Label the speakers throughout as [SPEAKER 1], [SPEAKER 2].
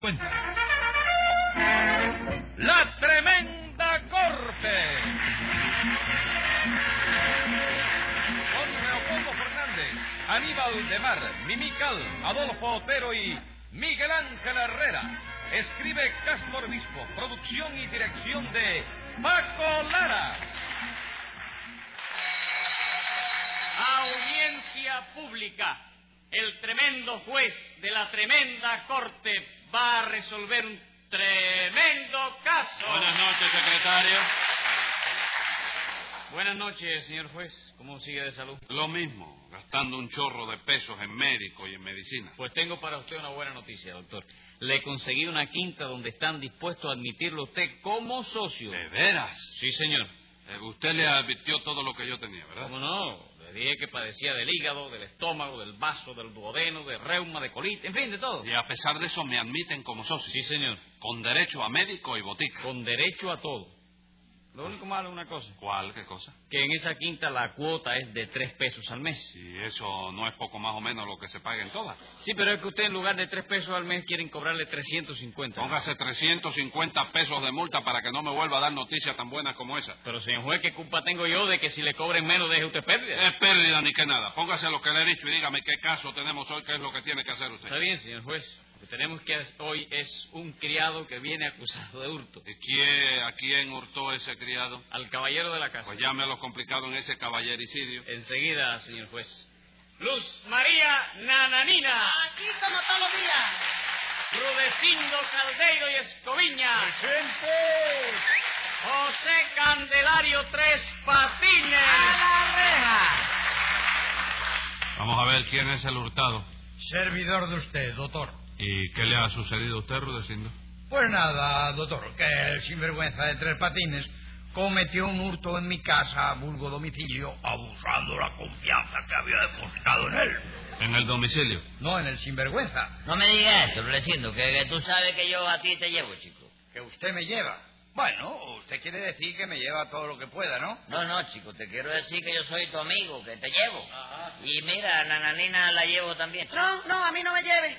[SPEAKER 1] Cuenta. La tremenda corte. Con Leopoldo Fernández, Aníbal de Mar, Mimical, Adolfo Otero y Miguel Ángel Herrera. Escribe Castro Obispo, producción y dirección de Paco Lara.
[SPEAKER 2] Audiencia pública. El tremendo juez de la tremenda corte va a resolver un tremendo caso.
[SPEAKER 3] Buenas noches, secretario.
[SPEAKER 2] Buenas noches, señor juez. ¿Cómo sigue de salud?
[SPEAKER 3] Lo mismo, gastando un chorro de pesos en médico y en medicina.
[SPEAKER 2] Pues tengo para usted una buena noticia, doctor. Le conseguí una quinta donde están dispuestos a admitirlo a usted como socio.
[SPEAKER 3] ¿De veras?
[SPEAKER 2] Sí, señor.
[SPEAKER 3] Eh, usted le advirtió todo lo que yo tenía, ¿verdad?
[SPEAKER 2] ¿Cómo no? Le dije que padecía del hígado, del estómago, del vaso, del duodeno, de reuma, de colitis, en fin, de todo.
[SPEAKER 3] Y a pesar de eso me admiten como socio.
[SPEAKER 2] Sí, señor.
[SPEAKER 3] Con derecho a médico y botica.
[SPEAKER 2] Con derecho a todo. Lo único malo es una cosa,
[SPEAKER 3] ¿Cuál? ¿Qué cosa?
[SPEAKER 2] que en esa quinta la cuota es de tres pesos al mes.
[SPEAKER 3] Si eso no es poco más o menos lo que se paga en todas.
[SPEAKER 2] Sí, pero es que usted en lugar de tres pesos al mes quieren cobrarle 350.
[SPEAKER 3] Póngase 350 pesos de multa para que no me vuelva a dar noticias tan buenas como esa.
[SPEAKER 2] Pero señor juez, ¿qué culpa tengo yo de que si le cobren menos deje usted pérdida?
[SPEAKER 3] Es pérdida ni que nada. Póngase lo que le he dicho y dígame qué caso tenemos hoy, qué es lo que tiene que hacer usted.
[SPEAKER 2] Está bien, señor juez. Lo que tenemos que hacer hoy es un criado que viene acusado de hurto.
[SPEAKER 3] ¿Y quién- ¿A quién hurtó ese criado?
[SPEAKER 2] Al caballero de la casa.
[SPEAKER 3] Pues llámelo complicado en ese caballericidio.
[SPEAKER 2] Enseguida, señor juez. Luz María Nananina,
[SPEAKER 4] Aquí como todos los días.
[SPEAKER 2] Rudecindo Caldeiro y Escoviña. José Candelario Tres Patines.
[SPEAKER 4] la
[SPEAKER 3] Vamos a ver quién es el hurtado.
[SPEAKER 5] Servidor de usted, doctor.
[SPEAKER 3] ¿Y qué le ha sucedido a usted, Rudecindo?
[SPEAKER 5] Pues nada, doctor, que el sinvergüenza de tres patines cometió un hurto en mi casa, vulgo domicilio, abusando la confianza que había depositado en él.
[SPEAKER 3] En el domicilio.
[SPEAKER 5] No en el sinvergüenza,
[SPEAKER 4] No me digas eso, Rudecindo, que, que tú sabes que yo a ti te llevo, chico.
[SPEAKER 5] que usted me lleva. Bueno, usted quiere decir que me lleva todo lo que pueda, ¿no?
[SPEAKER 4] No, no, chico, te quiero decir que yo soy tu amigo, que te llevo. Y mira, a Nananina la llevo también.
[SPEAKER 6] No, no, a mí no me lleve.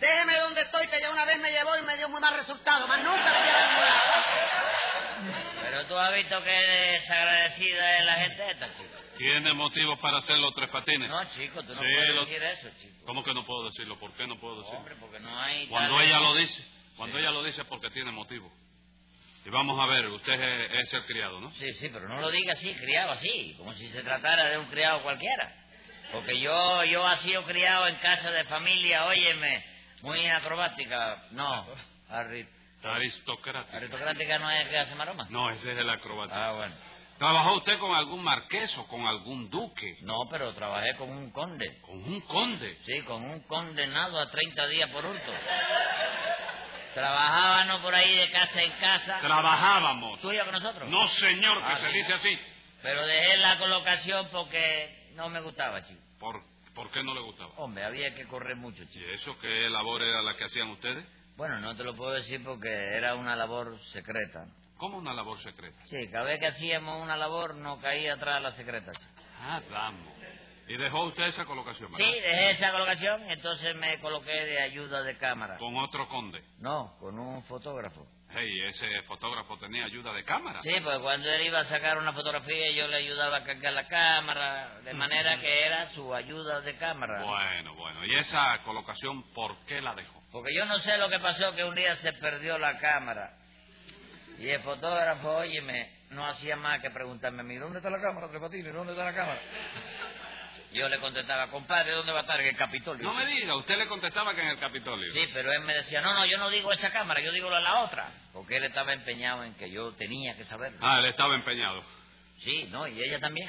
[SPEAKER 6] Déjeme donde estoy, que ya una vez me llevó y me dio muy mal resultado. Más nunca me lleva a ningún lado.
[SPEAKER 4] Pero tú has visto que desagradecida es la gente esta, chico.
[SPEAKER 3] ¿Tiene motivos para hacerlo, Tres Patines?
[SPEAKER 4] No, chico, tú no
[SPEAKER 3] Sí,
[SPEAKER 4] puedes
[SPEAKER 3] lo-
[SPEAKER 4] decir eso, chico.
[SPEAKER 3] ¿Cómo que no puedo decirlo? ¿Por qué no puedo decirlo?
[SPEAKER 4] Hombre, porque no hay...
[SPEAKER 3] Cuando
[SPEAKER 4] tal-
[SPEAKER 3] ella lo dice, cuando
[SPEAKER 4] Sí.
[SPEAKER 3] ella lo dice es porque tiene motivo. Y vamos a ver, usted es, es el criado, ¿no?
[SPEAKER 4] Sí, sí, pero no lo diga así, criado así, como si se tratara de un criado cualquiera. Porque yo, yo ha sido criado en casa de familia, óyeme, muy acrobática. No, arri-
[SPEAKER 3] Aristocrático.
[SPEAKER 4] aristocrática no es que hace maroma.
[SPEAKER 3] No, ese es el acrobata.
[SPEAKER 4] Ah, bueno.
[SPEAKER 3] ¿Trabajó usted con algún marqués o con algún duque?
[SPEAKER 4] No, pero trabajé con un conde.
[SPEAKER 3] ¿Con un conde?
[SPEAKER 4] Sí, con un condenado a 30 días por hurto. Trabajábamos por ahí de casa en casa.
[SPEAKER 3] Trabajábamos.
[SPEAKER 4] ¿Tú y yo con nosotros?
[SPEAKER 3] No, señor, que
[SPEAKER 4] Ah,
[SPEAKER 3] se
[SPEAKER 4] sí.
[SPEAKER 3] dice así.
[SPEAKER 4] Pero dejé la colocación porque no me gustaba, chico.
[SPEAKER 3] ¿Por, ¿Por qué no le gustaba?
[SPEAKER 4] Hombre, había que correr mucho, chico.
[SPEAKER 3] ¿Y eso qué labor era la que hacían ustedes?
[SPEAKER 4] Bueno, no te lo puedo decir porque era una labor secreta.
[SPEAKER 3] ¿Cómo una labor secreta?
[SPEAKER 4] Sí, cada vez que hacíamos una labor no caía atrás la secreta. chico.
[SPEAKER 3] Ah, damos. ¿Y dejó usted esa colocación,
[SPEAKER 4] Sí,
[SPEAKER 3] verdad?
[SPEAKER 4] dejé esa colocación, entonces me coloqué de ayuda de cámara.
[SPEAKER 3] Con otro conde.
[SPEAKER 4] No, con un fotógrafo.
[SPEAKER 3] Hey, ese fotógrafo tenía ayuda de cámara.
[SPEAKER 4] Sí, pues cuando él iba a sacar una fotografía yo le ayudaba a cargar la cámara, de manera que era su ayuda de cámara.
[SPEAKER 3] Bueno, bueno. ¿Y esa colocación por qué la dejó?
[SPEAKER 4] Porque yo no sé lo que pasó, que un día se perdió la cámara. Y el fotógrafo, óyeme, no hacía más que preguntarme a mí, ¿dónde está la cámara, Tres Patines? ¿Dónde está la cámara? Yo le contestaba, compadre, ¿dónde va a estar? En el Capitolio.
[SPEAKER 3] No me diga, usted le contestaba que en el Capitolio.
[SPEAKER 4] Sí, pero él me decía, no, no, yo no digo esa cámara, yo digo la, la otra. Porque él estaba empeñado en que yo tenía que saberlo.
[SPEAKER 3] Ah, él estaba empeñado.
[SPEAKER 4] Sí, no, y ella también.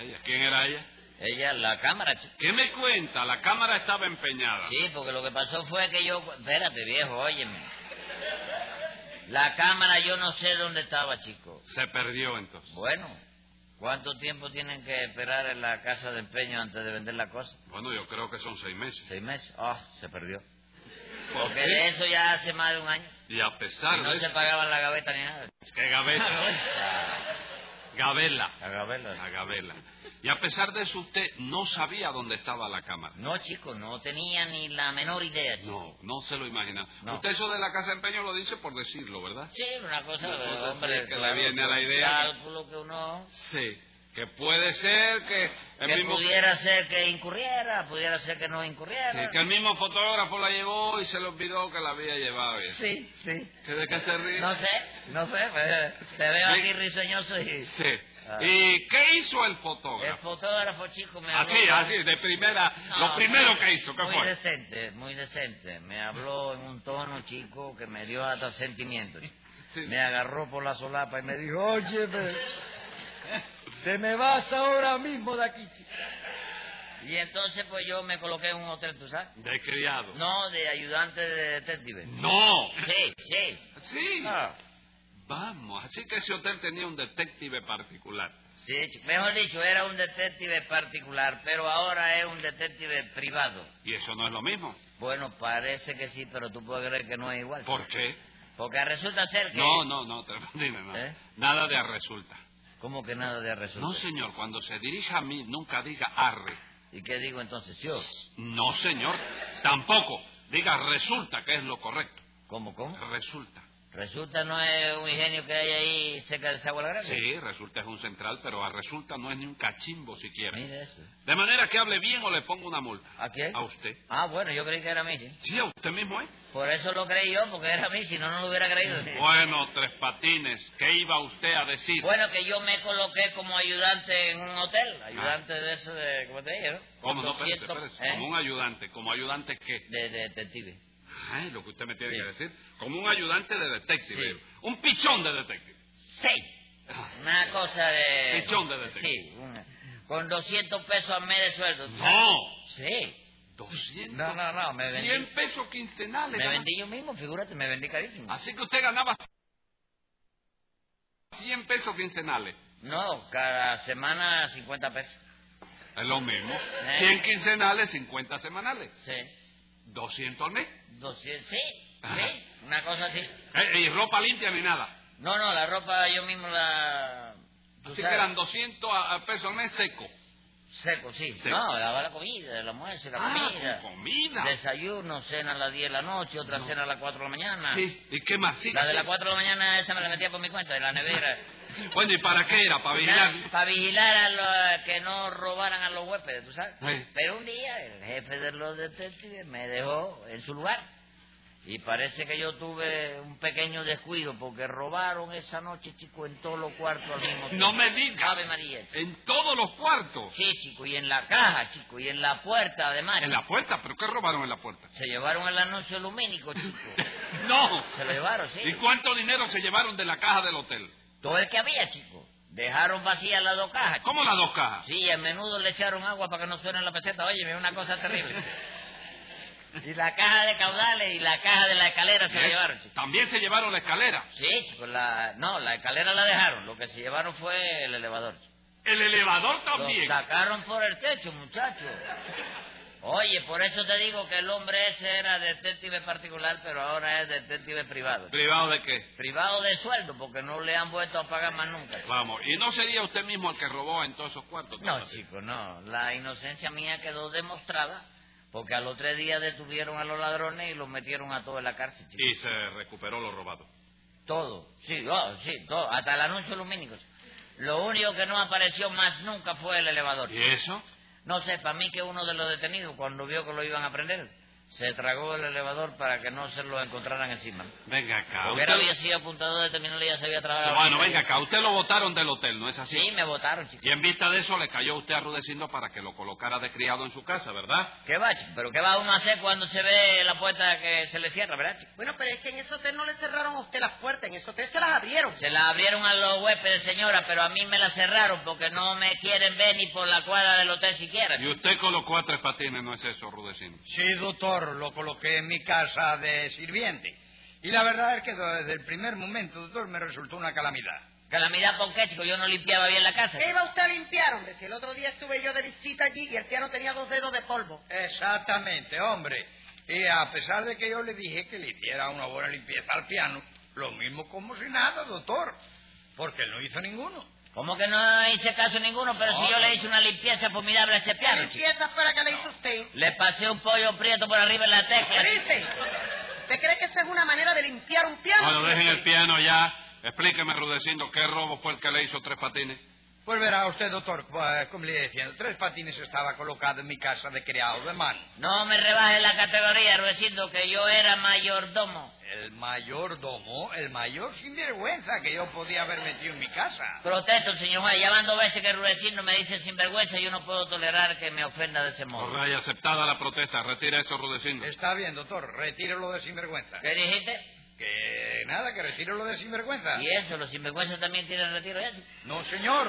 [SPEAKER 3] Ella, ¿quién era ella?
[SPEAKER 4] Ella, la cámara, chico.
[SPEAKER 3] ¿Qué me cuenta? La cámara estaba empeñada.
[SPEAKER 4] Sí, porque lo que pasó fue que yo... Espérate, viejo, óyeme. La cámara yo no sé dónde estaba, chico.
[SPEAKER 3] Se perdió entonces.
[SPEAKER 4] Bueno, ¿cuánto tiempo tienen que esperar en la casa de empeño antes de vender la cosa?
[SPEAKER 3] Bueno, yo creo que son seis meses.
[SPEAKER 4] ¿Seis meses? Ah, se perdió.
[SPEAKER 3] ¿Por
[SPEAKER 4] Porque
[SPEAKER 3] qué?
[SPEAKER 4] de eso ya hace más de un año.
[SPEAKER 3] Y a pesar
[SPEAKER 4] y no
[SPEAKER 3] de
[SPEAKER 4] se
[SPEAKER 3] eso...
[SPEAKER 4] pagaban la gaveta ni nada.
[SPEAKER 3] ¡Qué gaveta!
[SPEAKER 4] Ah,
[SPEAKER 3] Gabela.
[SPEAKER 4] A Gabela.
[SPEAKER 3] A Gabela. Y a pesar de eso, usted no sabía dónde estaba la cámara.
[SPEAKER 4] No, chico, no tenía ni la menor idea. chico.
[SPEAKER 3] No, no se lo imaginaba.
[SPEAKER 4] No.
[SPEAKER 3] Usted eso de la casa de empeño lo dice por decirlo, ¿verdad?
[SPEAKER 4] Sí, una cosa,
[SPEAKER 3] Una cosa
[SPEAKER 4] hombre,
[SPEAKER 3] así que le viene a la idea.
[SPEAKER 4] cálculo que uno
[SPEAKER 3] Sí. Que puede ser que el
[SPEAKER 4] que
[SPEAKER 3] mismo...
[SPEAKER 4] pudiera ser que incurriera, pudiera ser que no
[SPEAKER 3] Sí,
[SPEAKER 4] incurriera.
[SPEAKER 3] que el mismo fotógrafo la llevó y se le olvidó que la había llevado. ¿eh?
[SPEAKER 4] Sí, sí.
[SPEAKER 3] ¿Usted ¿De qué se ríe?
[SPEAKER 4] No sé, no sé, eh, te veo
[SPEAKER 3] Sí.
[SPEAKER 4] aquí risueñoso y...
[SPEAKER 3] Sí.
[SPEAKER 4] Ah.
[SPEAKER 3] ¿Y qué hizo el
[SPEAKER 4] El
[SPEAKER 3] fotógrafo?
[SPEAKER 4] fotógrafo, chico, me habló...
[SPEAKER 3] Así, así, de primera.
[SPEAKER 4] No,
[SPEAKER 3] lo primero
[SPEAKER 4] muy-
[SPEAKER 3] que hizo, ¿qué
[SPEAKER 4] Ah, muy
[SPEAKER 3] fue?
[SPEAKER 4] decente, muy decente. Me habló en un tono, chico, que me dio hasta sentimiento. chico.
[SPEAKER 3] Sí.
[SPEAKER 4] Me agarró por la solapa y me dijo, oye, me- te me vas ahora mismo de aquí, chico. Y entonces, pues, yo me coloqué en un hotel, ¿tú sabes?
[SPEAKER 3] De criado.
[SPEAKER 4] No, de ayudante de detective.
[SPEAKER 3] No.
[SPEAKER 4] Sí, sí.
[SPEAKER 3] Sí.
[SPEAKER 4] Ah,
[SPEAKER 3] Vamos, así que ese hotel tenía un detective particular.
[SPEAKER 4] sí, chico. Mejor dicho, era un detective particular, pero ahora es un detective privado.
[SPEAKER 3] Y eso no es lo mismo.
[SPEAKER 4] Bueno, parece que sí, pero tú puedes creer que no es igual.
[SPEAKER 3] ¿Por
[SPEAKER 4] chico.
[SPEAKER 3] qué?
[SPEAKER 4] Porque resulta ser que...
[SPEAKER 3] No, no, no, Trepandina, no.
[SPEAKER 4] ¿Eh?
[SPEAKER 3] Nada de a resulta.
[SPEAKER 4] ¿Cómo que nada de resulta?
[SPEAKER 3] No, señor, cuando se dirija a mí, nunca diga arre.
[SPEAKER 4] ¿Y qué digo entonces yo?
[SPEAKER 3] No, señor, tampoco. Diga resulta, que es lo correcto.
[SPEAKER 4] ¿Cómo, cómo?
[SPEAKER 3] Resulta.
[SPEAKER 4] ¿Resulta no es un ingenio que hay ahí cerca de Sagual Grande?
[SPEAKER 3] Sí, resulta es un central, pero a resulta no es ni un cachimbo siquiera.
[SPEAKER 4] Mira eso.
[SPEAKER 3] De manera que hable bien o le pongo una multa.
[SPEAKER 4] ¿A quién?
[SPEAKER 3] A usted.
[SPEAKER 4] Ah, bueno, yo creí que era a mí. ¿sí?
[SPEAKER 3] Sí, a usted mismo, ¿eh?
[SPEAKER 4] Por eso lo creí yo, porque era a mí, si no, no lo hubiera creído. ¿sí?
[SPEAKER 3] Bueno, Tres Patines, ¿qué iba usted a decir?
[SPEAKER 4] Bueno, que yo me coloqué como ayudante en un hotel. Ayudante de eso de... ¿Cómo te dije, no?
[SPEAKER 3] Ah. ¿Cómo? No, espérese,
[SPEAKER 4] 200,
[SPEAKER 3] espérese.
[SPEAKER 4] ¿eh?
[SPEAKER 3] Como un ayudante. ¿Como ayudante qué?
[SPEAKER 4] De de detective.
[SPEAKER 3] Ay, lo que usted me tiene
[SPEAKER 4] Sí.
[SPEAKER 3] que decir. Como un ayudante de detective.
[SPEAKER 4] Sí.
[SPEAKER 3] Un pichón de detective.
[SPEAKER 4] Sí. Una cosa de...
[SPEAKER 3] Pichón de detective.
[SPEAKER 4] Sí, una- con 200 pesos al mes de sueldo. ¿tú sabes?
[SPEAKER 3] No.
[SPEAKER 4] Sí.
[SPEAKER 3] 200.
[SPEAKER 4] No, no, no, me vendí.
[SPEAKER 3] 100 pesos quincenales.
[SPEAKER 4] Me
[SPEAKER 3] nada
[SPEAKER 4] vendí yo mismo, figúrate, me vendí carísimo.
[SPEAKER 3] más. Así que usted ganaba 100 pesos quincenales.
[SPEAKER 4] No, cada semana 50 pesos.
[SPEAKER 3] Es lo mismo.
[SPEAKER 4] Eh.
[SPEAKER 3] 100 quincenales, 50 semanales.
[SPEAKER 4] Sí.
[SPEAKER 3] 200 al mes.
[SPEAKER 4] 200, sí,
[SPEAKER 3] Ajá.
[SPEAKER 4] sí, una cosa así.
[SPEAKER 3] Eh, y ropa limpia ni nada.
[SPEAKER 4] No, no, la ropa yo mismo la... tú
[SPEAKER 3] Así que
[SPEAKER 4] sabes,
[SPEAKER 3] eran 200 a- a pesos al mes seco.
[SPEAKER 4] Seco, sí.
[SPEAKER 3] Seco.
[SPEAKER 4] No, lavaba la comida, el almuerzo, y la
[SPEAKER 3] Ah,
[SPEAKER 4] comida.
[SPEAKER 3] con comida.
[SPEAKER 4] Desayuno, cena a las 10 de la noche, otra cena a las 4 de la mañana.
[SPEAKER 3] Sí. ¿Y qué más? Sí.
[SPEAKER 4] La de las 4 de la mañana esa me la metía por mi cuenta, de la nevera.
[SPEAKER 3] Bueno, ¿y para qué era? ¿Para vigilar?
[SPEAKER 4] Para vigilar a los- a que no robaran a los huéspedes, ¿tú sabes?
[SPEAKER 3] Sí.
[SPEAKER 4] Pero un día el jefe de los detectives me dejó en su lugar. Y parece que yo tuve un pequeño descuido porque robaron esa noche, chico, en todos los cuartos al mismo tiempo.
[SPEAKER 3] No me diga.
[SPEAKER 4] Ave María. chico.
[SPEAKER 3] En todos los cuartos.
[SPEAKER 4] Sí, chico, y en la caja, chico, y en la puerta, además.
[SPEAKER 3] ¿En la puerta? ¿Pero qué robaron en la puerta?
[SPEAKER 4] Se llevaron el anuncio lumínico, chico.
[SPEAKER 3] No.
[SPEAKER 4] Se lo llevaron, sí.
[SPEAKER 3] ¿Y cuánto dinero se llevaron de la caja del hotel?
[SPEAKER 4] Todo el que había, chico. Dejaron vacías las dos cajas. chico.
[SPEAKER 3] ¿Cómo las dos cajas?
[SPEAKER 4] Sí, a menudo le echaron agua para que no suene la peseta. Oye, es una cosa terrible. Y la caja de caudales y la caja de la escalera se la
[SPEAKER 3] ¿Eh?
[SPEAKER 4] llevaron, chico.
[SPEAKER 3] También se llevaron la escalera.
[SPEAKER 4] Sí, chico, la... No, la escalera la dejaron. Lo que se llevaron fue el elevador. chico.
[SPEAKER 3] El elevador
[SPEAKER 4] Lo
[SPEAKER 3] también.
[SPEAKER 4] sacaron por el techo, muchacho. Oye, por eso te digo que el hombre ese era detective particular, pero ahora es detective privado.
[SPEAKER 3] ¿Privado de qué?
[SPEAKER 4] Privado de sueldo, porque no le han vuelto a pagar más nunca. chico.
[SPEAKER 3] Vamos, ¿y no sería usted mismo el que robó en todos esos cuartos?
[SPEAKER 4] No, chico, no. La inocencia mía quedó demostrada porque al otro día detuvieron a los ladrones y los metieron a todos en la cárcel, chico.
[SPEAKER 3] Y se recuperó lo robado.
[SPEAKER 4] Todo. Sí, oh, sí, todo. Hasta el anuncio lumínico. chico. Lo único que no apareció más nunca fue el elevador.
[SPEAKER 3] ¿Y eso?
[SPEAKER 4] No sé, para mí que uno de los detenidos, cuando vio que lo iban a prender, se tragó el elevador para que no se lo encontraran encima.
[SPEAKER 3] Venga acá.
[SPEAKER 4] Porque él había
[SPEAKER 3] Ah, Usted...
[SPEAKER 4] sido apuntado de terminal y ya se había tragado.
[SPEAKER 3] Bueno, venga acá. Usted lo botaron del hotel, ¿no es así?
[SPEAKER 4] Sí, me votaron, chico.
[SPEAKER 3] Y en vista de eso le cayó usted a Rudecindo para que lo colocara de criado en su casa, ¿verdad?
[SPEAKER 4] ¿Qué va, chico? ¿Pero qué va uno a hacer cuando se ve la puerta que se le cierra, verdad, chico?
[SPEAKER 6] Bueno, pero es que en ese hotel no le cerraron a usted las puertas, en ese hotel se las abrieron.
[SPEAKER 4] Se la abrieron a los huéspedes, señora, pero a mí me la cerraron porque no me quieren ver ni por la cuadra del hotel siquiera.
[SPEAKER 3] Y usted colocó a tres patines, ¿no es eso, Rudecindo?
[SPEAKER 5] Sí, doctor, lo coloqué en mi casa de sirviente. Y la verdad es que desde el primer momento, doctor, me resultó una calamidad.
[SPEAKER 4] Calamidad, ¿por qué, chico? Yo no limpiaba bien la casa.
[SPEAKER 6] ¿Qué iba usted a limpiar, hombre? Si el otro día estuve yo de visita allí y el piano tenía dos dedos de polvo.
[SPEAKER 5] Exactamente, hombre. Y a pesar de que yo le dije que le hiciera una buena limpieza al piano, lo mismo como si nada, doctor, porque él no hizo ninguno.
[SPEAKER 4] ¿Cómo que no hice caso ninguno? Pero si yo le hice una limpieza formidable a ese
[SPEAKER 6] La
[SPEAKER 4] piano, chico.
[SPEAKER 6] limpieza fuera que le hizo usted.
[SPEAKER 4] Le pasé un pollo prieto por arriba en la tecla. chico.
[SPEAKER 6] ¿Dice? ¿Usted cree que esa es una manera de limpiar un piano?
[SPEAKER 3] Bueno, dejen el piano ya. Explíqueme, Rudecindo, qué robo fue el que le hizo tres patines.
[SPEAKER 5] Pues verá usted, doctor, pues, como le iba diciendo, tres patines estaba colocado en mi casa de criado de mano.
[SPEAKER 4] No me rebaje la categoría, Ruedecindo, que yo era mayordomo.
[SPEAKER 5] El mayordomo, el mayor sinvergüenza que yo podía haber metido en mi casa.
[SPEAKER 4] Protesto, señor juez, ya van dos veces que Ruedecindo me dice sinvergüenza y yo no puedo tolerar que me ofenda de ese modo.
[SPEAKER 3] Corray, aceptada la protesta. Retira eso,
[SPEAKER 4] Eh,
[SPEAKER 3] Rudecindo.
[SPEAKER 5] Está bien, doctor, retírelo de sinvergüenza.
[SPEAKER 4] ¿Qué dijiste?
[SPEAKER 5] Que nada, que retírelo de sinvergüenza.
[SPEAKER 4] ¿Y eso? ¿Los sinvergüenzas también tienen retiro eso?
[SPEAKER 5] No, señor.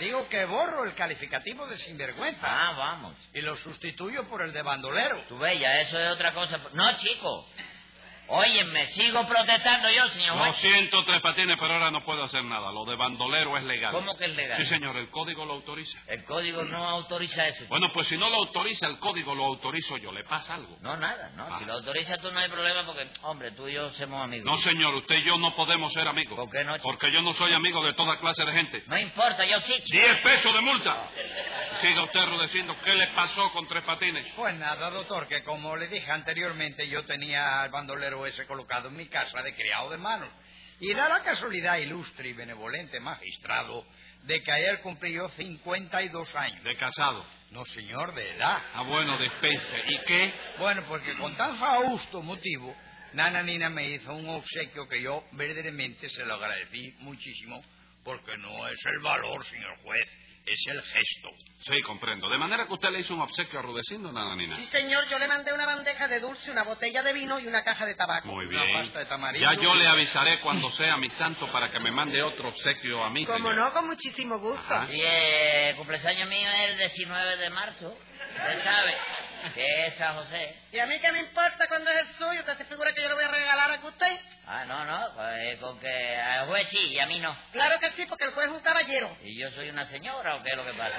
[SPEAKER 5] Digo que borro el calificativo de sinvergüenza
[SPEAKER 4] Ah, vamos.
[SPEAKER 5] y lo sustituyo por el de bandolero.
[SPEAKER 4] Tú ves, ya eso es otra cosa. No, chico. Óyeme, sigo protestando yo, señor
[SPEAKER 3] Lo
[SPEAKER 4] juez.
[SPEAKER 3] siento, tres patines, pero ahora no puedo hacer nada. Lo de bandolero es legal.
[SPEAKER 4] ¿Cómo que es legal?
[SPEAKER 3] Sí, señor, el código lo autoriza.
[SPEAKER 4] El código no autoriza eso.
[SPEAKER 3] Bueno, pues si no lo autoriza el código, lo autorizo yo. ¿Le pasa algo?
[SPEAKER 4] No, nada, no.
[SPEAKER 3] Ah.
[SPEAKER 4] Si lo autoriza tú no hay problema porque, hombre, tú y yo somos amigos.
[SPEAKER 3] No, señor, usted y yo no podemos ser amigos.
[SPEAKER 4] ¿Por qué no?
[SPEAKER 3] Porque yo no soy amigo de toda clase de gente.
[SPEAKER 4] No importa, yo sí, chico.
[SPEAKER 3] ¡Diez pesos de multa! Siga usted rudeciendo. ¿Qué le pasó con tres patines?
[SPEAKER 5] Pues nada, doctor, que como le dije anteriormente, yo tenía al bandolero ese colocado en mi casa de criado de manos. Y da la casualidad ilustre y benevolente magistrado de que ayer cumplí yo 52 años.
[SPEAKER 3] De casado.
[SPEAKER 5] No, señor, de edad.
[SPEAKER 3] Ah, bueno, despense. ¿Y qué?
[SPEAKER 5] Bueno, porque con tan fausto motivo, Nana Nina me hizo un obsequio que yo verdaderamente se lo agradecí muchísimo, porque no es el valor, señor juez, es el gesto.
[SPEAKER 3] Sí, comprendo. De manera que usted le hizo un obsequio a Rudecindo, Nananina.
[SPEAKER 6] Sí, señor, yo le mandé una bandeja de dulce, una botella de vino y una caja de tabaco.
[SPEAKER 3] Muy
[SPEAKER 5] Una
[SPEAKER 3] bien.
[SPEAKER 5] pasta de tamarindo.
[SPEAKER 3] ya yo le avisaré cuando sea mi santo para que me mande otro obsequio a mí.
[SPEAKER 6] Como
[SPEAKER 3] señor.
[SPEAKER 6] no, con muchísimo gusto.
[SPEAKER 3] Ajá.
[SPEAKER 4] Y eh, el cumpleaños mío es el 19 de marzo. Usted sabe que es San José.
[SPEAKER 6] ¿Y a mí qué me importa cuando es el suyo? ¿Usted se figura que yo lo voy a regalar a usted?
[SPEAKER 4] Ah, no, no, pues, con que al juez sí y a mí no.
[SPEAKER 6] Claro que sí, porque el juez es un caballero.
[SPEAKER 4] ¿Y yo soy una señora o qué es lo que pasa?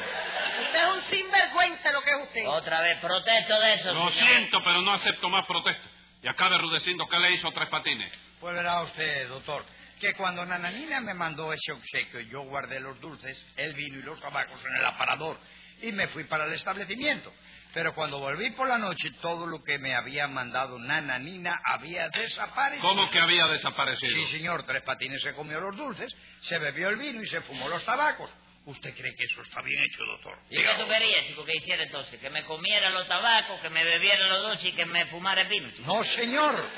[SPEAKER 6] Usted es un sinvergüenza lo que es usted.
[SPEAKER 4] Otra vez, protesto de eso.
[SPEAKER 3] Lo
[SPEAKER 4] señor.
[SPEAKER 3] siento, pero no acepto más protestas. Y acabe Rudecindo, ¿qué le hizo tres patines?
[SPEAKER 5] Pues verá usted, doctor, que cuando Nananina me mandó ese obsequio, yo guardé los dulces, el vino y los tabacos en el aparador y me fui para el establecimiento. Pero cuando volví por la noche, todo lo que me había mandado Nananina había desaparecido.
[SPEAKER 3] ¿Cómo que había desaparecido?
[SPEAKER 5] Sí, señor, Tres Patines se comió los dulces, se bebió el vino y se fumó los tabacos. ¿Usted cree que eso está bien hecho, doctor?
[SPEAKER 4] ¿Y qué tú querías, chico, que hiciera entonces? ¿Que me comiera los tabacos, que me bebiera los dulces y que me fumara el vino, chico?
[SPEAKER 5] No, señor.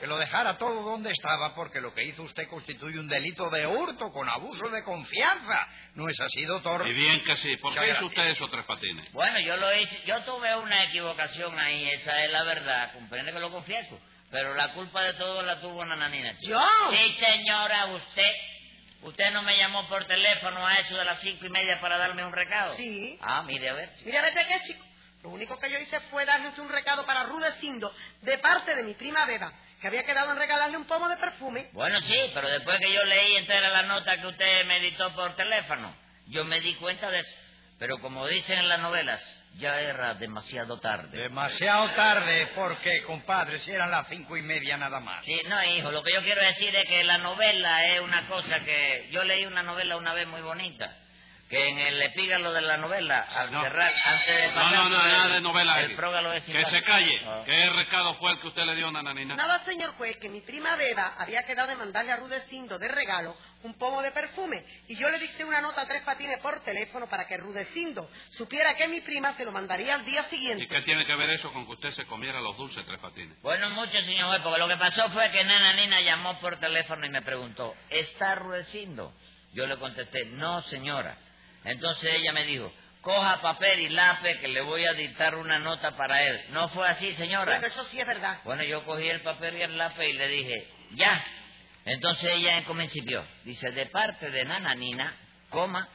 [SPEAKER 5] Que lo dejara todo donde estaba porque lo que hizo usted constituye un delito de hurto con abuso de confianza. ¿No es así, doctor?
[SPEAKER 3] Y bien que sí. ¿Por
[SPEAKER 5] Ya,
[SPEAKER 3] qué hizo
[SPEAKER 5] gracias.
[SPEAKER 3] usted eso, tres patines?
[SPEAKER 4] Bueno, yo lo hice, yo tuve una equivocación ahí, esa es la verdad, comprende que lo confieso. Pero la culpa de todo la tuvo Nananina, chico.
[SPEAKER 6] ¿Yo?
[SPEAKER 4] Sí, señora, usted. Usted no me llamó por teléfono a eso de las cinco y media para darme un recado.
[SPEAKER 6] Sí.
[SPEAKER 4] Ah, mire, a ver. chico.
[SPEAKER 6] Mira, vete qué, chico. Lo único que yo hice fue darles un recado para Rudecindo de parte de mi prima Beba, que había quedado en regalarle un pomo de perfume.
[SPEAKER 4] Bueno, sí, pero después que yo leí entera la nota que usted me editó por teléfono, yo me di cuenta de eso. Pero como dicen en las novelas, ya era demasiado tarde.
[SPEAKER 5] Demasiado tarde porque, compadre, si eran las cinco y media nada más.
[SPEAKER 4] Sí, no, hijo, lo que yo quiero decir es que la novela es una cosa que... Yo leí una novela una vez muy bonita, que en el epígalo de la novela, al
[SPEAKER 3] No.
[SPEAKER 4] cerrar, antes de...
[SPEAKER 3] No, no, no,
[SPEAKER 4] pasar-
[SPEAKER 3] nada de novela.
[SPEAKER 4] El
[SPEAKER 3] Eddie.
[SPEAKER 4] prógalo es
[SPEAKER 3] Que se
[SPEAKER 4] simpático.
[SPEAKER 3] calle.
[SPEAKER 4] Ah.
[SPEAKER 3] ¿Qué recado fue el que usted le dio a Nananina?
[SPEAKER 6] Nada, señor juez, que mi prima Beba había quedado de mandarle a Rudecindo de regalo un pomo de perfume. Y yo le dicté una nota a tres patines por teléfono para que Rudecindo supiera que mi prima se lo mandaría al día
[SPEAKER 3] ¿Y
[SPEAKER 6] siguiente.
[SPEAKER 3] qué tiene que ver eso con que usted se comiera los dulces, tres patines?
[SPEAKER 4] Bueno, mucho, señor juez, porque lo que pasó fue que Nana Nina llamó por teléfono y me preguntó, ¿está arrudeciendo? Yo le contesté, no, señora. Entonces ella me dijo, coja papel y lápiz que le voy a dictar una nota para él. No fue así, señora.
[SPEAKER 6] Bueno, eso sí es verdad.
[SPEAKER 4] Bueno, yo cogí el papel y el lápiz y le dije, ya. Entonces ella principio dice, de parte de Nananina, coma.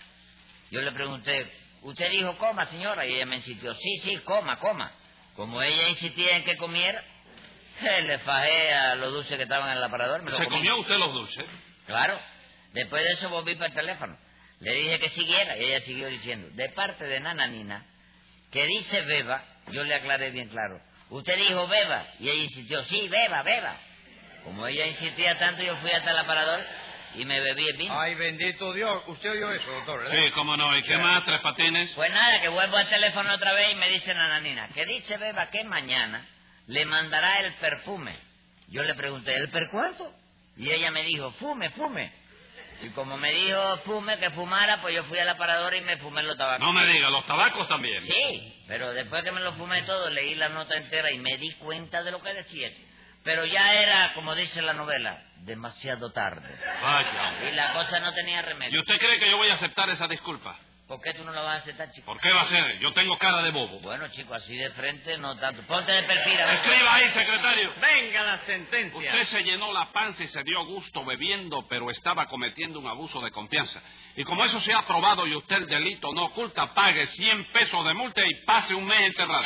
[SPEAKER 4] Yo le pregunté, ¿usted dijo coma, señora? Y ella me insistió, sí, sí, coma, coma. Como ella insistía en que comiera, le fajé a los dulces que estaban en el aparador. Me lo
[SPEAKER 3] ¿Se
[SPEAKER 4] comí.
[SPEAKER 3] comió usted los dulces?
[SPEAKER 4] Claro. Después de eso volví para el teléfono. Le dije que siguiera y ella siguió diciendo, de parte de Nananina, que dice beba, yo le aclaré bien claro. Usted dijo beba y ella insistió, sí, beba, beba. Como ella insistía tanto, yo fui hasta el aparador y me bebí el vino.
[SPEAKER 5] Ay, bendito Dios. Usted oyó eso, doctor, ¿verdad?
[SPEAKER 3] Sí, cómo no. ¿Y qué más? ¿Tres patines?
[SPEAKER 4] Pues nada, que vuelvo al teléfono otra vez y me dice Nananina, que dice Beba que mañana le mandará el perfume. Yo le pregunté, ¿el per cuánto? Y ella me dijo, fume, fume. Y como me dijo fume, que fumara, pues yo fui al aparador y me fumé los tabacos.
[SPEAKER 3] No me diga, los tabacos también.
[SPEAKER 4] Sí, pero después que me lo fumé todo, leí la nota entera y me di cuenta de lo que decía. Pero ya era, como dice la novela, demasiado tarde.
[SPEAKER 3] Vaya.
[SPEAKER 4] Y la cosa no tenía
[SPEAKER 3] ¿Y
[SPEAKER 4] remedio.
[SPEAKER 3] usted cree que yo voy a aceptar esa disculpa?
[SPEAKER 4] ¿Por qué tú no la vas a aceptar, chico?
[SPEAKER 3] ¿Por qué va a ser? Yo tengo cara de bobo.
[SPEAKER 4] Bueno, chico, así de frente no tanto. Ponte de perfil, a ver.
[SPEAKER 3] Escriba ahí, secretario.
[SPEAKER 2] Venga la sentencia.
[SPEAKER 3] Usted se llenó la panza y se dio gusto bebiendo, pero estaba cometiendo un abuso de confianza. Y como eso se ha probado y usted el delito no oculta, pague 100 pesos de multa y pase un mes encerrado.